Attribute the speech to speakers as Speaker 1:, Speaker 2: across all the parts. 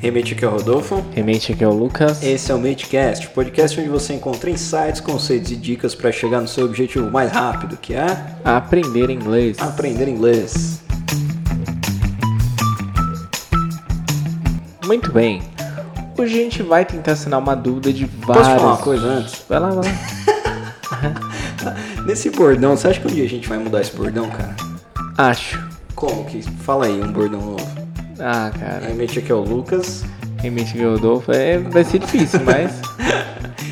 Speaker 1: Remete aqui é o Rodolfo.
Speaker 2: Remete aqui é o Lucas.
Speaker 1: Esse é o Matecast, podcast onde você encontra insights, conceitos e dicas para chegar no seu objetivo mais rápido, que é
Speaker 2: Aprender inglês.
Speaker 1: aprender inglês.
Speaker 2: Muito bem. Hoje a gente vai tentar sanar uma dúvida de
Speaker 1: Posso
Speaker 2: vários.
Speaker 1: falar uma coisa antes?
Speaker 2: Vai lá, vai lá.
Speaker 1: Nesse bordão, você acha que um dia a gente vai mudar esse bordão, cara?
Speaker 2: Acho.
Speaker 1: Como que? Fala aí um bordão novo.
Speaker 2: Ah, cara.
Speaker 1: Remete aqui é o Lucas.
Speaker 2: Remete aqui é o Rodolfo. É, vai ser difícil, mas.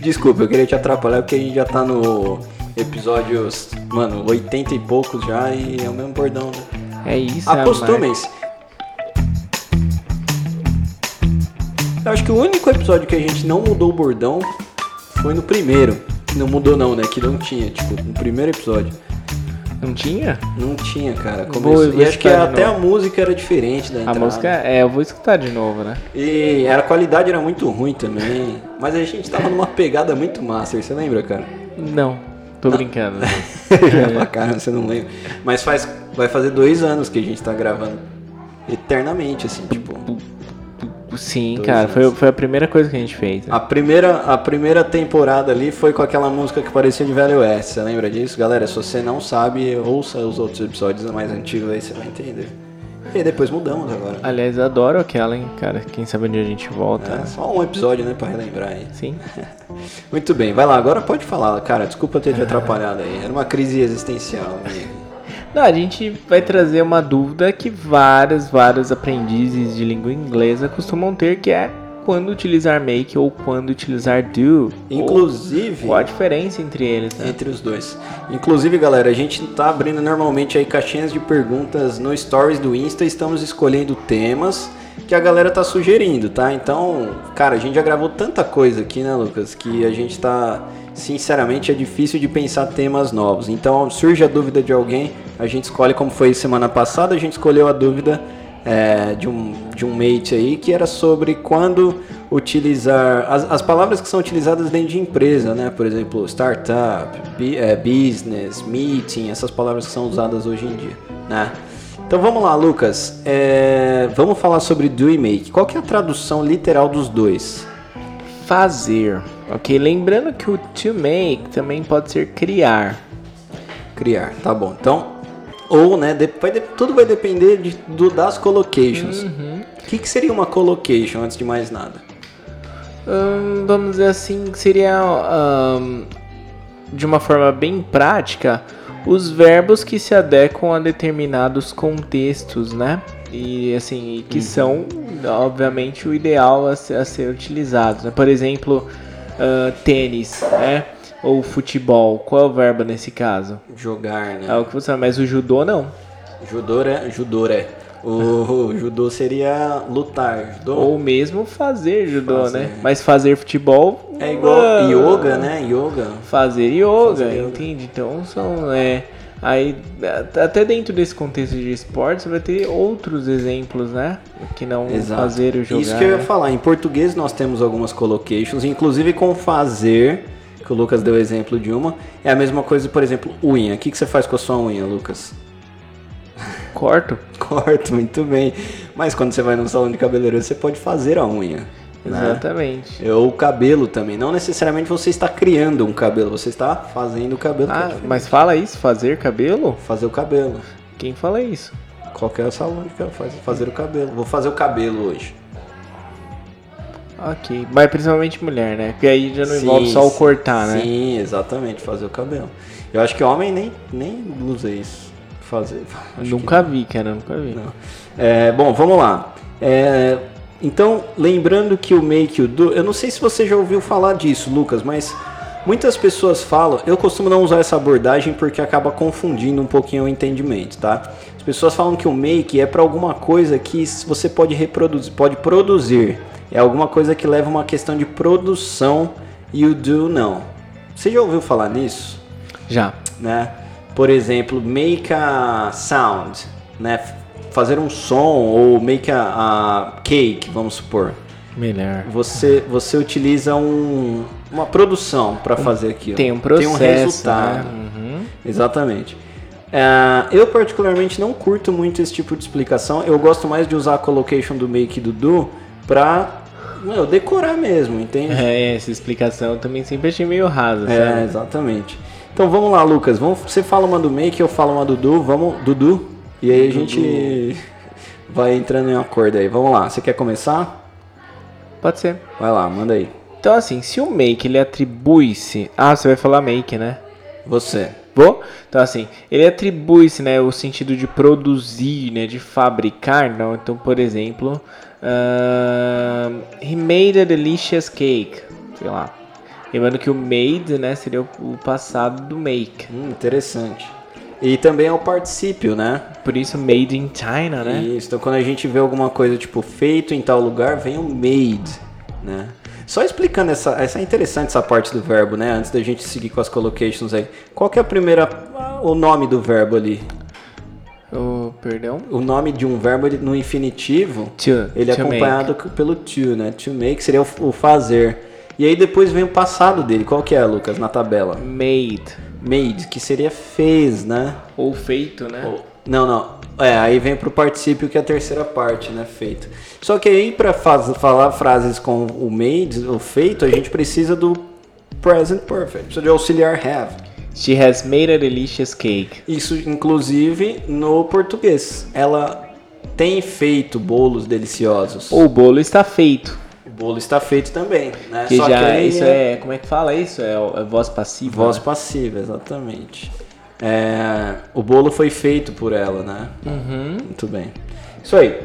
Speaker 1: Desculpa, eu queria te atrapalhar porque a gente já tá no episódio, mano, 80 e poucos já e é o mesmo bordão, né?
Speaker 2: É isso, né, Marcos?
Speaker 1: Acostumem-se. Eu acho que o único episódio que a gente não mudou o bordão foi no primeiro. Não mudou não, né? Que não tinha, tipo, no primeiro episódio.
Speaker 2: Não tinha?
Speaker 1: Não tinha, cara.
Speaker 2: Vou-
Speaker 1: Começou...
Speaker 2: vou
Speaker 1: E acho que
Speaker 2: escutar de
Speaker 1: até a
Speaker 2: novo.
Speaker 1: música era diferente da
Speaker 2: A
Speaker 1: entrada.
Speaker 2: música. É, eu vou escutar de novo, né?
Speaker 1: E era- a qualidade era muito ruim também. Mas a gente tava numa pegada muito master, você lembra, cara? É
Speaker 2: Não. Tô brincando.
Speaker 1: pra caramba, você não lembra. Mas faz, vai fazer dois anos que a gente tá gravando. Eternamente, assim, tipo.
Speaker 2: Sim,
Speaker 1: Dois Ah.
Speaker 2: cara. Foi,
Speaker 1: anos.
Speaker 2: foi a primeira coisa que a gente fez. né?
Speaker 1: A primeira, a primeira temporada ali foi com aquela música que parecia de Velho Oeste, você lembra disso? Galera, se você não sabe, ouça os outros episódios mais antigos aí, você vai entender. E aí depois mudamos agora.
Speaker 2: Aliás, eu adoro aquela, hein, cara. Quem sabe onde a gente volta.
Speaker 1: É,
Speaker 2: né?
Speaker 1: só um episódio, né, pra relembrar aí.
Speaker 2: Sim.
Speaker 1: Muito bem, vai lá, agora pode falar, cara. Desculpa ter te atrapalhado aí. Era uma crise existencial. minha.
Speaker 2: Não, a gente vai trazer uma dúvida que várias, vários aprendizes de língua inglesa costumam ter, que é quando utilizar make ou quando utilizar do.
Speaker 1: Inclusive.
Speaker 2: Ou Qual a diferença entre eles, né?
Speaker 1: Entre os dois. Inclusive, galera, a gente tá abrindo normalmente aí caixinhas de perguntas no stories do Insta. Estamos escolhendo temas que a galera tá sugerindo, tá? Então, cara, a gente já gravou tanta coisa aqui, né, Lucas? Que a gente tá. Sinceramente, é difícil de pensar temas novos. Então, surge a dúvida de alguém, a gente escolhe como foi semana passada, a gente escolheu a dúvida é, de, um, de um mate aí que era sobre quando utilizar as, as palavras que são utilizadas dentro de empresa, né? Por exemplo, startup, bi- é, business, meeting, essas palavras que são usadas hoje em dia, né? Então vamos lá, Lucas. É, vamos falar sobre do e make. Qual que é a tradução literal dos dois?
Speaker 2: é Fazer, ok? Lembrando que o to make também pode ser criar.
Speaker 1: Criar, tá bom. Então, ou, né? de- vai de- tudo vai depender de, do- das collocations.
Speaker 2: Uhum.
Speaker 1: O que, que seria uma collocation antes de mais nada?
Speaker 2: Hum, vamos dizer assim, que seria hum, de uma forma bem prática os verbos que se adequam a determinados contextos, né? E assim, e que
Speaker 1: Uhum.
Speaker 2: são obviamente o ideal a ser, a ser utilizado. Né? Por exemplo, ah, tênis, né? Ou futebol. Qual é o verbo nesse caso?
Speaker 1: Jogar, né?
Speaker 2: É o que você mas o judô não.
Speaker 1: Judô é. Judô é. O, o judô seria lutar. Judô
Speaker 2: Ou mesmo fazer judô,
Speaker 1: Fazer.
Speaker 2: né? Mas fazer futebol
Speaker 1: é igual
Speaker 2: ah,
Speaker 1: yoga, né? Yoga.
Speaker 2: fazer yoga,
Speaker 1: Fazer yoga.
Speaker 2: entende? Então são é, aí a- até dentro desse contexto de esportes vai ter outros exemplos, né? Que não fazer o jogar.
Speaker 1: Isso que eu ia
Speaker 2: né?
Speaker 1: falar. Em português nós temos algumas collocations, inclusive com fazer, que o Lucas deu exemplo de uma. É a mesma coisa, por exemplo, unha. O que, que você faz com a sua unha, Lucas?
Speaker 2: Corto.
Speaker 1: Corto, muito bem. Mas quando você vai num salão de cabeleireiro, você pode fazer a unha. Né?
Speaker 2: Exatamente.
Speaker 1: Ou o cabelo também. Não necessariamente você está criando um cabelo, você está fazendo o cabelo. que é
Speaker 2: Ah,
Speaker 1: diferente.
Speaker 2: mas fala isso, fazer cabelo?
Speaker 1: Fazer o cabelo.
Speaker 2: Quem fala isso?
Speaker 1: Qualquer salão de cabelo, faz- fazer o cabelo. Vou fazer o cabelo hoje.
Speaker 2: Ok. Mas principalmente mulher, né? Porque aí já não
Speaker 1: Sim,
Speaker 2: envolve só o
Speaker 1: sim,
Speaker 2: cortar, né?
Speaker 1: Sim, exatamente, fazer o cabelo. Eu acho que homem nem, nem usa isso. Fazer. acho que
Speaker 2: Nunca vi, cara, nunca vi.
Speaker 1: não. É, bom, vamos lá. É, então, lembrando que o make e o do. Eu não sei se você já ouviu falar disso, Lucas, mas muitas pessoas falam. Eu costumo não usar essa abordagem porque acaba confundindo um pouquinho o entendimento, tá? As pessoas falam que o make é para alguma coisa que s- você pode reproduzir, pode produzir. É alguma coisa que leva uma questão de produção e o do não. Você já ouviu falar nisso?
Speaker 2: Já.
Speaker 1: né? Por exemplo, make a sound, né? F- Fazer um som ou make a, a cake, vamos supor.
Speaker 2: Melhor.
Speaker 1: Você você utiliza um, uma produção para fazer aquilo.
Speaker 2: Tem um processo.
Speaker 1: Tem um resultado.
Speaker 2: Né? Uhum.
Speaker 1: Exatamente. Ah, eu particularmente não curto muito esse tipo de explicação. Eu gosto mais de usar a collocation do make e do do pra meu, decorar mesmo, entende?
Speaker 2: É, essa explicação eu também sempre achei meio rasa,
Speaker 1: É,
Speaker 2: sabe?
Speaker 1: exatamente. Então vamos lá, Lucas. Vamos, você fala uma do Make, eu falo uma do Du. Vamos, Dudu. E aí a gente vai entrando em um acordo aí. Vamos lá. Você quer começar?
Speaker 2: Pode ser.
Speaker 1: Vai lá, manda aí.
Speaker 2: Então assim, se o make ele atribui-se... Ah, você vai falar make, né?
Speaker 1: Você.
Speaker 2: Vou? Então assim, ele atribui-se, né, o sentido de produzir, né, de fabricar, não? Então, por exemplo, ahn, he made a delicious cake, sei lá. Lembrando que o made, né, seria o, o passado do make.
Speaker 1: Hum, interessante. E também é o particípio, né?
Speaker 2: Por isso made in China, né?
Speaker 1: Isso. Então quando a gente vê alguma coisa tipo feito em tal lugar, vem o made, né? Só explicando essa, essa é interessante essa parte do verbo, né? Antes da gente seguir com as collocations aí. Qual que é a primeira o nome do verbo ali?
Speaker 2: Oh, perdão.
Speaker 1: O nome de um verbo ele- no infinitivo,
Speaker 2: To,
Speaker 1: ele é
Speaker 2: to make.
Speaker 1: acompanhado c- pelo to, né? To make seria o, f- o fazer. E aí depois vem o passado dele. Qual que é, Lucas, na tabela?
Speaker 2: made
Speaker 1: Made, que seria fez, né?
Speaker 2: ou feito, né?
Speaker 1: Não, não. É, aí vem pro particípio que é a terceira parte, né? Feito. Só que aí pra faz- falar frases com o made, o feito, a gente precisa do present perfect. Precisa de auxiliar have.
Speaker 2: She has made a delicious cake.
Speaker 1: Isso, inclusive, no português. Ela tem feito bolos deliciosos.
Speaker 2: O bolo está feito.
Speaker 1: O bolo está feito também, né?
Speaker 2: Que
Speaker 1: Só
Speaker 2: já
Speaker 1: que aí Ah.
Speaker 2: isso é, como é que fala isso? É, o- é voz passiva.
Speaker 1: voz
Speaker 2: né?
Speaker 1: passiva, exatamente. É, o bolo foi feito por ela, né?
Speaker 2: Uhum.
Speaker 1: Muito bem. Isso aí.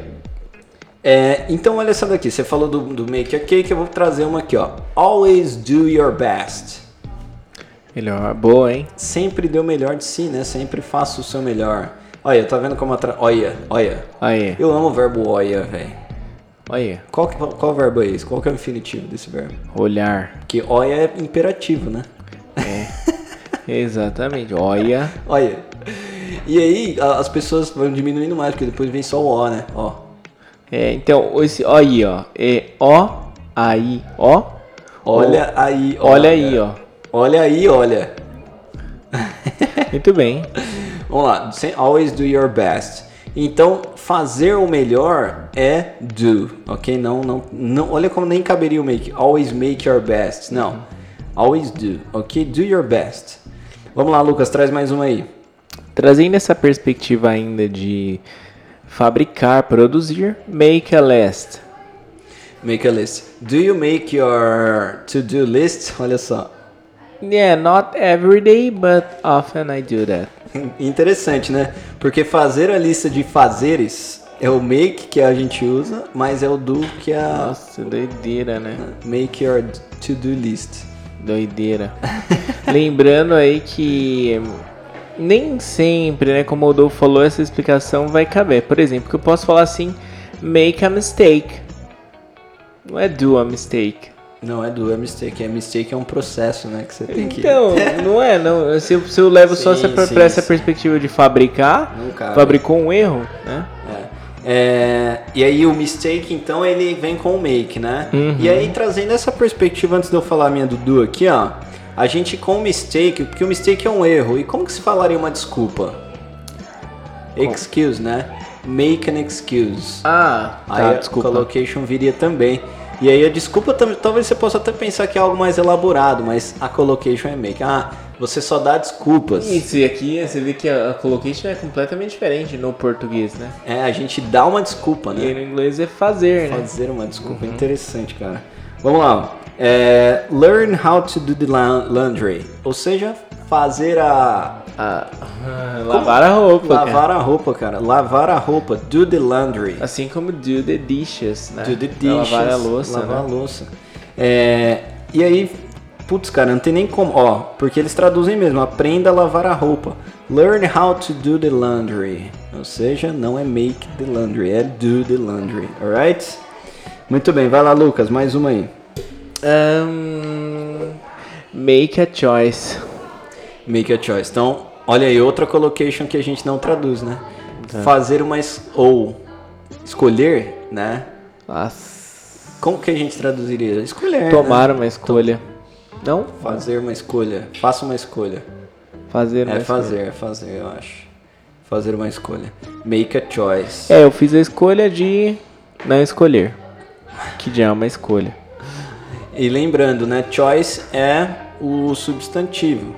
Speaker 1: É, então olha essa daqui. Você falou do, do make a cake, eu vou trazer uma aqui, ó. Always do your best.
Speaker 2: Melhor, boa, hein?
Speaker 1: Sempre dê o melhor de si, né? Sempre faça o seu melhor. Olha, tá vendo como atra... Olha, olha.
Speaker 2: Aí,
Speaker 1: Eu amo o verbo olha, velho.
Speaker 2: aí,
Speaker 1: Qual, que- qual verbo é esse? Qual que é o infinitivo desse verbo?
Speaker 2: olhar.
Speaker 1: Porque olha é imperativo, né?
Speaker 2: É. Exatamente, olha.
Speaker 1: Olha. E aí a- as pessoas vão diminuindo mais, porque depois vem só o O, né? Ó.
Speaker 2: É, então, esse ó aí, ó. É ó, aí, ó.
Speaker 1: Olha aí,
Speaker 2: Olha aí, ó.
Speaker 1: Olha aí, olha.
Speaker 2: Muito bem.
Speaker 1: Vamos lá. Sem- Always do your best. Então, fazer o melhor é do, ok? Não, não, não. Olha como nem caberia o make. Always make your best. Não. Always do, ok? Do your best. Vamos lá, Lucas, traz mais uma aí.
Speaker 2: Trazendo essa perspectiva ainda de fabricar, produzir, make a list.
Speaker 1: Make a list. Do you make your to-do list? Olha só.
Speaker 2: Yeah, not every day, but often I do that.
Speaker 1: Interessante, né? Porque fazer a lista de fazeres é o make que a gente usa, mas é o do que é a
Speaker 2: Nossa, doideira, né?
Speaker 1: make your to-do list.
Speaker 2: Doideira. Lembrando aí que nem sempre, né, como o Rodolfo falou, essa explicação vai caber. Por exemplo, que eu posso falar assim, make a mistake. Não é do a mistake.
Speaker 1: Não é do, é mistake. É mistake é um processo, né? Que você tem que.
Speaker 2: Então, não é, não. Se eu, se eu levo só
Speaker 1: Sim,
Speaker 2: essa, pra,
Speaker 1: sim,
Speaker 2: pra essa
Speaker 1: sim.
Speaker 2: perspectiva de fabricar,
Speaker 1: Não cabe.
Speaker 2: fabricou um erro, né?
Speaker 1: É. É, e aí o mistake, então, ele vem com o make, né? E aí, trazendo essa perspectiva, antes de eu falar a minha Dudu aqui, ó. A gente com o mistake, porque o mistake é um erro. E como que se falaria uma desculpa? Excuse, né? Make an excuse.
Speaker 2: Ah, tá,
Speaker 1: Aí
Speaker 2: desculpa.
Speaker 1: a collocation viria também. E aí a desculpa tam- talvez você possa até pensar que é algo mais elaborado, mas a collocation é make. Ah, você só dá desculpas.
Speaker 2: Isso, e aqui você vê que a, a collocation é completamente diferente no português, né?
Speaker 1: É, a gente dá uma desculpa,
Speaker 2: E
Speaker 1: né?
Speaker 2: no inglês é fazer, né?
Speaker 1: Fazer uma desculpa interessante, cara. Vamos lá. É, learn how to do the la- laundry. Ou seja, fazer a.
Speaker 2: Ah, ah, lavar a roupa, cara.
Speaker 1: Lavar a roupa, cara. Lavar a roupa. Do the laundry.
Speaker 2: é. Assim como do the dishes, né?
Speaker 1: Do the
Speaker 2: Pra Lavar a
Speaker 1: dishes,
Speaker 2: louça,
Speaker 1: Lavar
Speaker 2: né?
Speaker 1: a louça. É, e aí, putz, cara, não tem nem como. Ó, porque eles traduzem mesmo. Aprenda a lavar a roupa. Learn how to do the laundry. Ou seja, não é make the laundry, é do the laundry. Alright? Muito bem, vai lá, Lucas, mais uma aí.
Speaker 2: Ahn, make a choice.
Speaker 1: Make a choice. Então, olha aí, outra collocation que a gente não traduz, né? Fazer uma. es- ou escolher, né?
Speaker 2: Nossa.
Speaker 1: Como que a gente traduziria? Escolher. né?
Speaker 2: Tomar uma escolha. Não?
Speaker 1: Fazer uma escolha. Faça uma escolha.
Speaker 2: Fazer uma
Speaker 1: É
Speaker 2: escolha.
Speaker 1: fazer, é fazer, eu acho. Fazer uma escolha. Make a choice.
Speaker 2: É, eu fiz a escolha de não escolher. que já é uma escolha.
Speaker 1: E lembrando, né? Choice é o substantivo.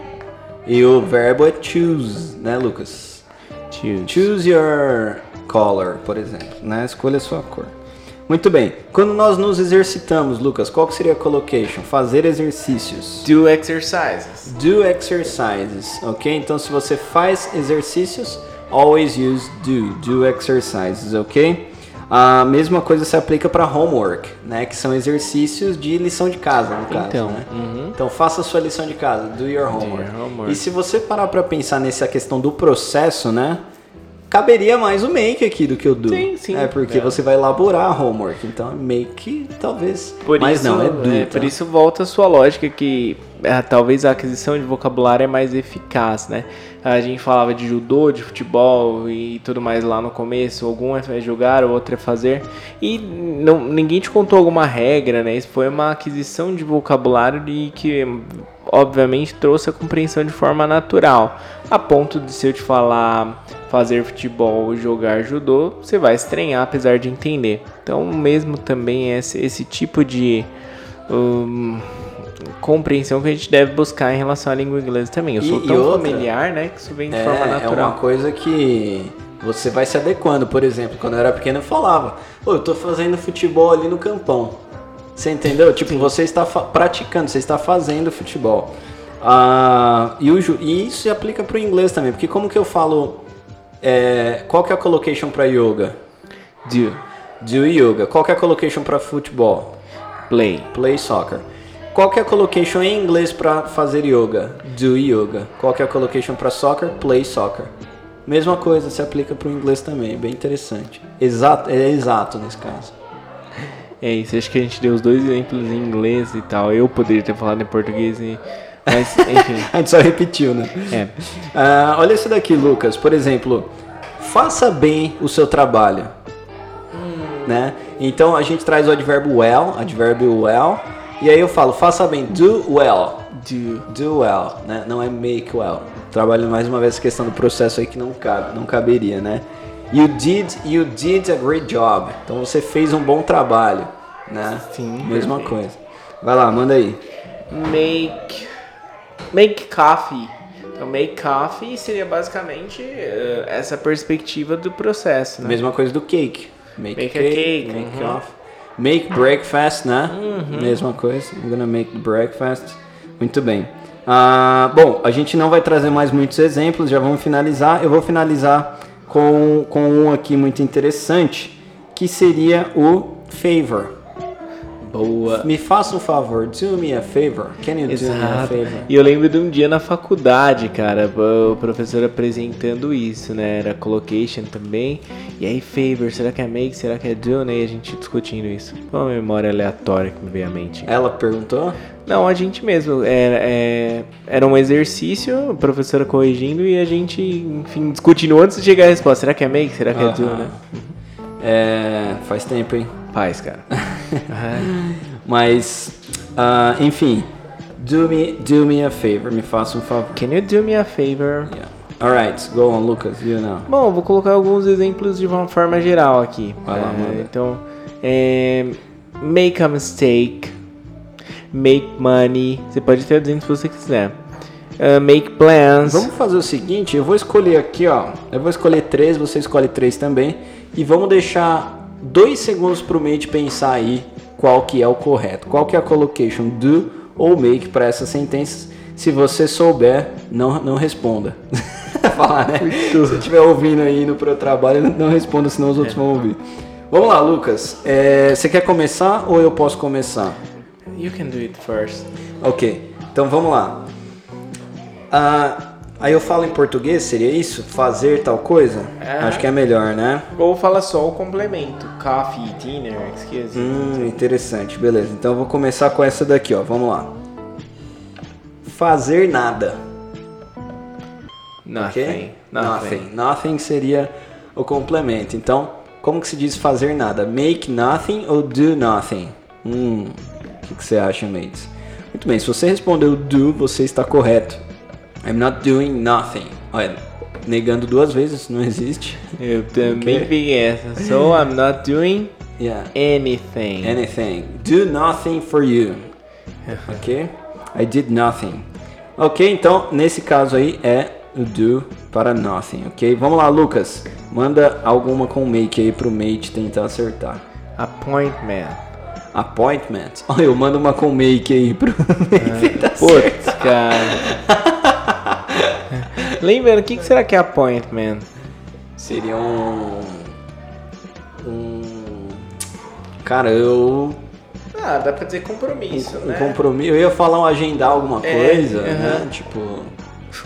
Speaker 1: E o verbo é choose, né, Lucas?
Speaker 2: Choose.
Speaker 1: Choose your color, por exemplo, né? Escolha a sua cor. Muito bem. Quando nós nos exercitamos, Lucas, qual que seria a collocation? Fazer exercícios.
Speaker 2: Do exercises.
Speaker 1: Do exercises, ok? Então, se você faz exercícios, always use do. Do exercises, ok? A mesma coisa se aplica para homework, né? Que são exercícios de lição de casa, no caso.
Speaker 2: Então,
Speaker 1: né?
Speaker 2: uhum.
Speaker 1: Então faça a sua lição de casa, do your homework.
Speaker 2: your homework.
Speaker 1: E se você parar para pensar nessa questão do processo, né? Caberia mais o make aqui do que o do.
Speaker 2: Sim, sim.
Speaker 1: É porque
Speaker 2: É.
Speaker 1: você vai elaborar homework. Então make talvez.
Speaker 2: Por
Speaker 1: Mas
Speaker 2: isso,
Speaker 1: não, é do.
Speaker 2: é,
Speaker 1: tá?
Speaker 2: Por isso volta a sua lógica que ah, talvez a aquisição de vocabulário é mais eficaz, né? A gente falava de judô, de futebol e tudo mais lá no começo. Algum é jogar, o outro é fazer. E não, ninguém te contou alguma regra, né? Isso foi uma aquisição de vocabulário de que obviamente trouxe a compreensão de forma natural. A ponto de se eu te falar fazer futebol ou jogar judô, você vai estranhar apesar de entender. Então, mesmo também esse, esse tipo de hum, compreensão que a gente deve buscar em relação à língua inglesa também. Eu sou
Speaker 1: E- e
Speaker 2: tão
Speaker 1: outra-
Speaker 2: familiar, né, que isso vem de
Speaker 1: É,
Speaker 2: forma
Speaker 1: É uma
Speaker 2: natural.
Speaker 1: coisa que você vai se adequando. Por exemplo, quando eu era pequeno eu falava, pô, eu tô fazendo futebol ali no campão. Você entendeu? Tipo, você está fa- praticando, você está fazendo futebol. Ah, e, o ju- e isso se aplica pro inglês também, porque como que eu falo... é, qual que é a collocation para yoga?
Speaker 2: Do,
Speaker 1: Do yoga. Qual que é a collocation para futebol?
Speaker 2: play,
Speaker 1: Play soccer. Qual que é a collocation em inglês pra fazer yoga? Do yoga. Qual que é a collocation pra soccer? Play soccer. Mesma coisa se aplica pro inglês também, bem interessante. Exato, é exato nesse caso.
Speaker 2: É isso, acho que a gente deu os dois exemplos em inglês e tal. Eu poderia ter falado em português, e... mas enfim.
Speaker 1: A gente só repetiu, né?
Speaker 2: É.
Speaker 1: Ah, olha esse daqui, Lucas. Por exemplo, faça bem o seu trabalho. Né? Então a gente traz o advérbio well, advérbio well, e aí eu falo, faça bem, do well.
Speaker 2: Do.
Speaker 1: do well, né? Não é make well. Trabalho mais uma vez a questão do processo aí que não cabe, não caberia, né? You did, you did a great job. Então você fez um bom trabalho, né?
Speaker 2: Sim,
Speaker 1: Mesma coisa. Vai lá, manda aí.
Speaker 2: Make. Make coffee. Então, make coffee seria basicamente eh, essa perspectiva do processo, né?
Speaker 1: Mesma coisa do cake. Make,
Speaker 2: Make a cake, Uh-huh.
Speaker 1: make
Speaker 2: uhum.
Speaker 1: off. Make breakfast, né? Mesma coisa. I'm gonna make breakfast. Muito bem. Ah, bom, a gente não vai trazer mais muitos exemplos, já vamos finalizar. Eu vou finalizar com, com um aqui muito interessante, que seria o favor.
Speaker 2: Boa.
Speaker 1: Me faça um favor, do me a favor. Can you do me a
Speaker 2: Exato.
Speaker 1: favor?
Speaker 2: E eu lembro de um dia na faculdade, cara, o professor apresentando isso, né? Era collocation também. E aí, favor, será que é make? Será que é do? né? E a gente discutindo isso. Uma memória aleatória que me veio à mente.
Speaker 1: Ela perguntou?
Speaker 2: Não, a gente mesmo. Era, é- era um exercício, a professora corrigindo e a gente, enfim, discutindo antes de chegar a resposta. Será que é make? Será que é do, né?
Speaker 1: É, faz tempo, hein?
Speaker 2: Faz, cara. Aham.
Speaker 1: Mas, ah, enfim, do me, do me a favor, me faça um favor.
Speaker 2: Can you do me a favor?
Speaker 1: Yeah. All right, go on, Lucas. You know.
Speaker 2: Bom, eu vou colocar alguns exemplos de uma forma geral aqui.
Speaker 1: Vai lá,
Speaker 2: É,
Speaker 1: manda.
Speaker 2: Então, é, make a mistake, make money. Você pode traduzir se você quiser. Ah, make plans.
Speaker 1: Vamos fazer o seguinte, eu vou escolher aqui, ó. Eu vou escolher três, você escolhe três também, e vamos deixar dois segundos pro mate pensar aí qual que é o correto, qual que é a collocation do ou make para essas sentenças. Se você souber, não não responda. Falar, né? Se você estiver ouvindo aí indo pro trabalho, não responda, senão os outros vão ouvir. Vamos lá, Lucas. É, você quer começar ou eu posso começar?
Speaker 2: You can do it first.
Speaker 1: Ok, então vamos lá. Ah, aí eu falo em português, seria isso? Fazer tal coisa?
Speaker 2: Aham.
Speaker 1: Acho que é melhor, né?
Speaker 2: Ou fala só o complemento. Coffee, dinner, excuse me.
Speaker 1: Hum, interessante, beleza. Então eu vou começar com essa daqui, ó. Vamos lá. Fazer nada,
Speaker 2: Nothing.
Speaker 1: ok?
Speaker 2: Nothing.
Speaker 1: Nothing. Nothing seria o complemento. Então, como que se diz fazer nada? Make nothing ou do nothing? Hum, o que, que você acha, mates? Muito bem, se você respondeu do, você está correto. I'm not doing nothing. Olha, negando duas vezes, não existe.
Speaker 2: Eu também
Speaker 1: Ok.
Speaker 2: peguei essa. So I'm not doing
Speaker 1: Yeah.
Speaker 2: anything.
Speaker 1: Anything. Do nothing for you. Ok? I did nothing. Ok, então nesse caso aí é o do para nothing, ok? Vamos lá, Lucas. Manda alguma com make aí pro mate tentar acertar.
Speaker 2: Appointment.
Speaker 1: Appointment. Olha, eu mando uma com make aí pro mate
Speaker 2: É.
Speaker 1: tentar acertar.
Speaker 2: Putz, cara. Lembrando, o que, que será que é appointment?
Speaker 1: Seria um. Um. Cara, eu.
Speaker 2: Ah, dá pra dizer compromisso, né?
Speaker 1: Um compromisso. Eu ia falar um agendar alguma
Speaker 2: É,
Speaker 1: coisa, né?
Speaker 2: aham.
Speaker 1: Tipo.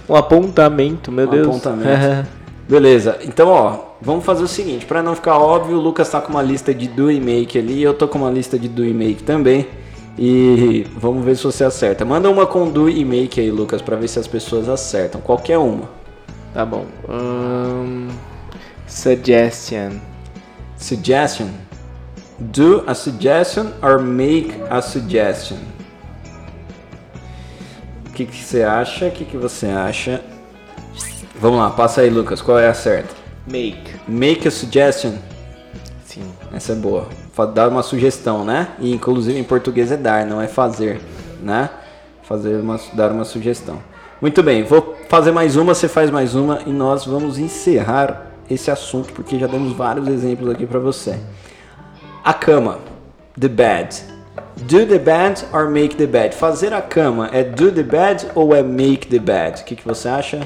Speaker 2: Um apontamento, meu
Speaker 1: Um
Speaker 2: Deus.
Speaker 1: apontamento. Beleza, então ó, vamos fazer o seguinte, pra não ficar óbvio, o Lucas tá com uma lista de do e make ali, eu tô com uma lista de do e make também. E vamos ver se você acerta. Manda uma com do e make aí, Lucas, pra ver se as pessoas acertam. Qualquer uma.
Speaker 2: tá bom. Ahn, suggestion.
Speaker 1: Suggestion. Do a suggestion or make a suggestion. O que, que você acha? O que, que você acha? Vamos lá, passa aí, Lucas. Qual é a certa?
Speaker 2: Make.
Speaker 1: Make a suggestion.
Speaker 2: Sim.
Speaker 1: Essa é boa. Fa- Dar uma sugestão, né? E inclusive em português é dar, não é fazer, né? Fazer uma, dar uma sugestão. Muito bem, vou fazer mais uma, você faz mais uma e nós vamos encerrar esse assunto porque já demos vários exemplos aqui pra você. A cama, the bed. Do the bed or make the bed? Fazer a cama é do the bed ou é make the bed? O que, que você acha?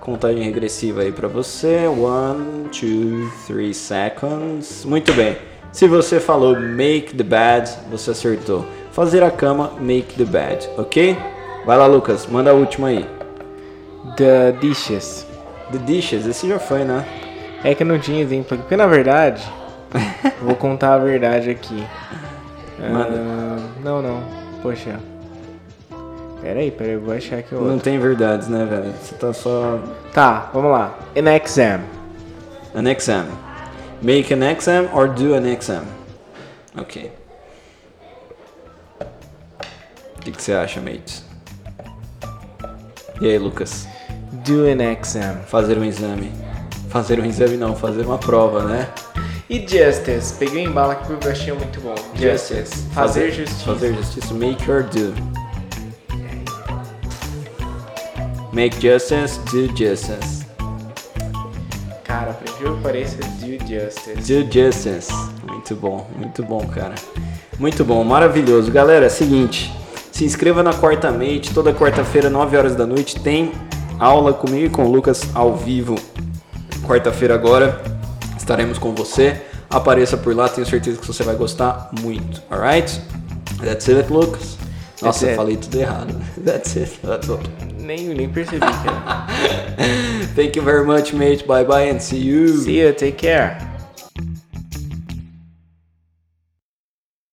Speaker 1: Contagem regressiva aí pra você. One, two, three seconds. Muito bem. Se você falou make the bed, você acertou. Fazer a cama, make the bed, ok? Vai lá, Lucas, manda a última aí.
Speaker 2: The dishes.
Speaker 1: The dishes, esse já foi, né?
Speaker 2: É que eu não tinha exemplo aqui. Porque na verdade. vou contar a verdade aqui.
Speaker 1: Manda.
Speaker 2: Ahn, não, não. Poxa. Peraí, peraí, eu vou achar aqui outro.
Speaker 1: Não tem verdades, né, velho? Você tá só
Speaker 2: Tá, vamos lá. An exam.
Speaker 1: An exam. Make an exam or do an exam. Ok. O que, que você acha, mates? E aí, Lucas?
Speaker 2: Do an exam.
Speaker 1: Fazer um exame. Fazer um exame não, fazer uma prova, né?
Speaker 2: E justice. Peguei um em bala que eu achei muito bom. Justice. Fazer justiça.
Speaker 1: Fazer justiça. Make or do. Make justice, do justice.
Speaker 2: Cara, por incrível que pareça, do justice.
Speaker 1: Do Justice. Muito bom, muito bom, cara. Muito bom, maravilhoso. Galera, é o seguinte, se inscreva na Quarta Mate, toda quarta-feira, 9 horas da noite, tem aula comigo e com o Lucas ao vivo. Quarta-feira agora, estaremos com você. Apareça por lá, tenho certeza que você vai gostar muito, alright? That's it, Lucas. Nossa, eu
Speaker 2: it.
Speaker 1: falei tudo errado. That's it, that's all.
Speaker 2: Nem, nem percebi, cara.
Speaker 1: Thank you very much, mate. Bye bye and see you.
Speaker 2: See you, take care.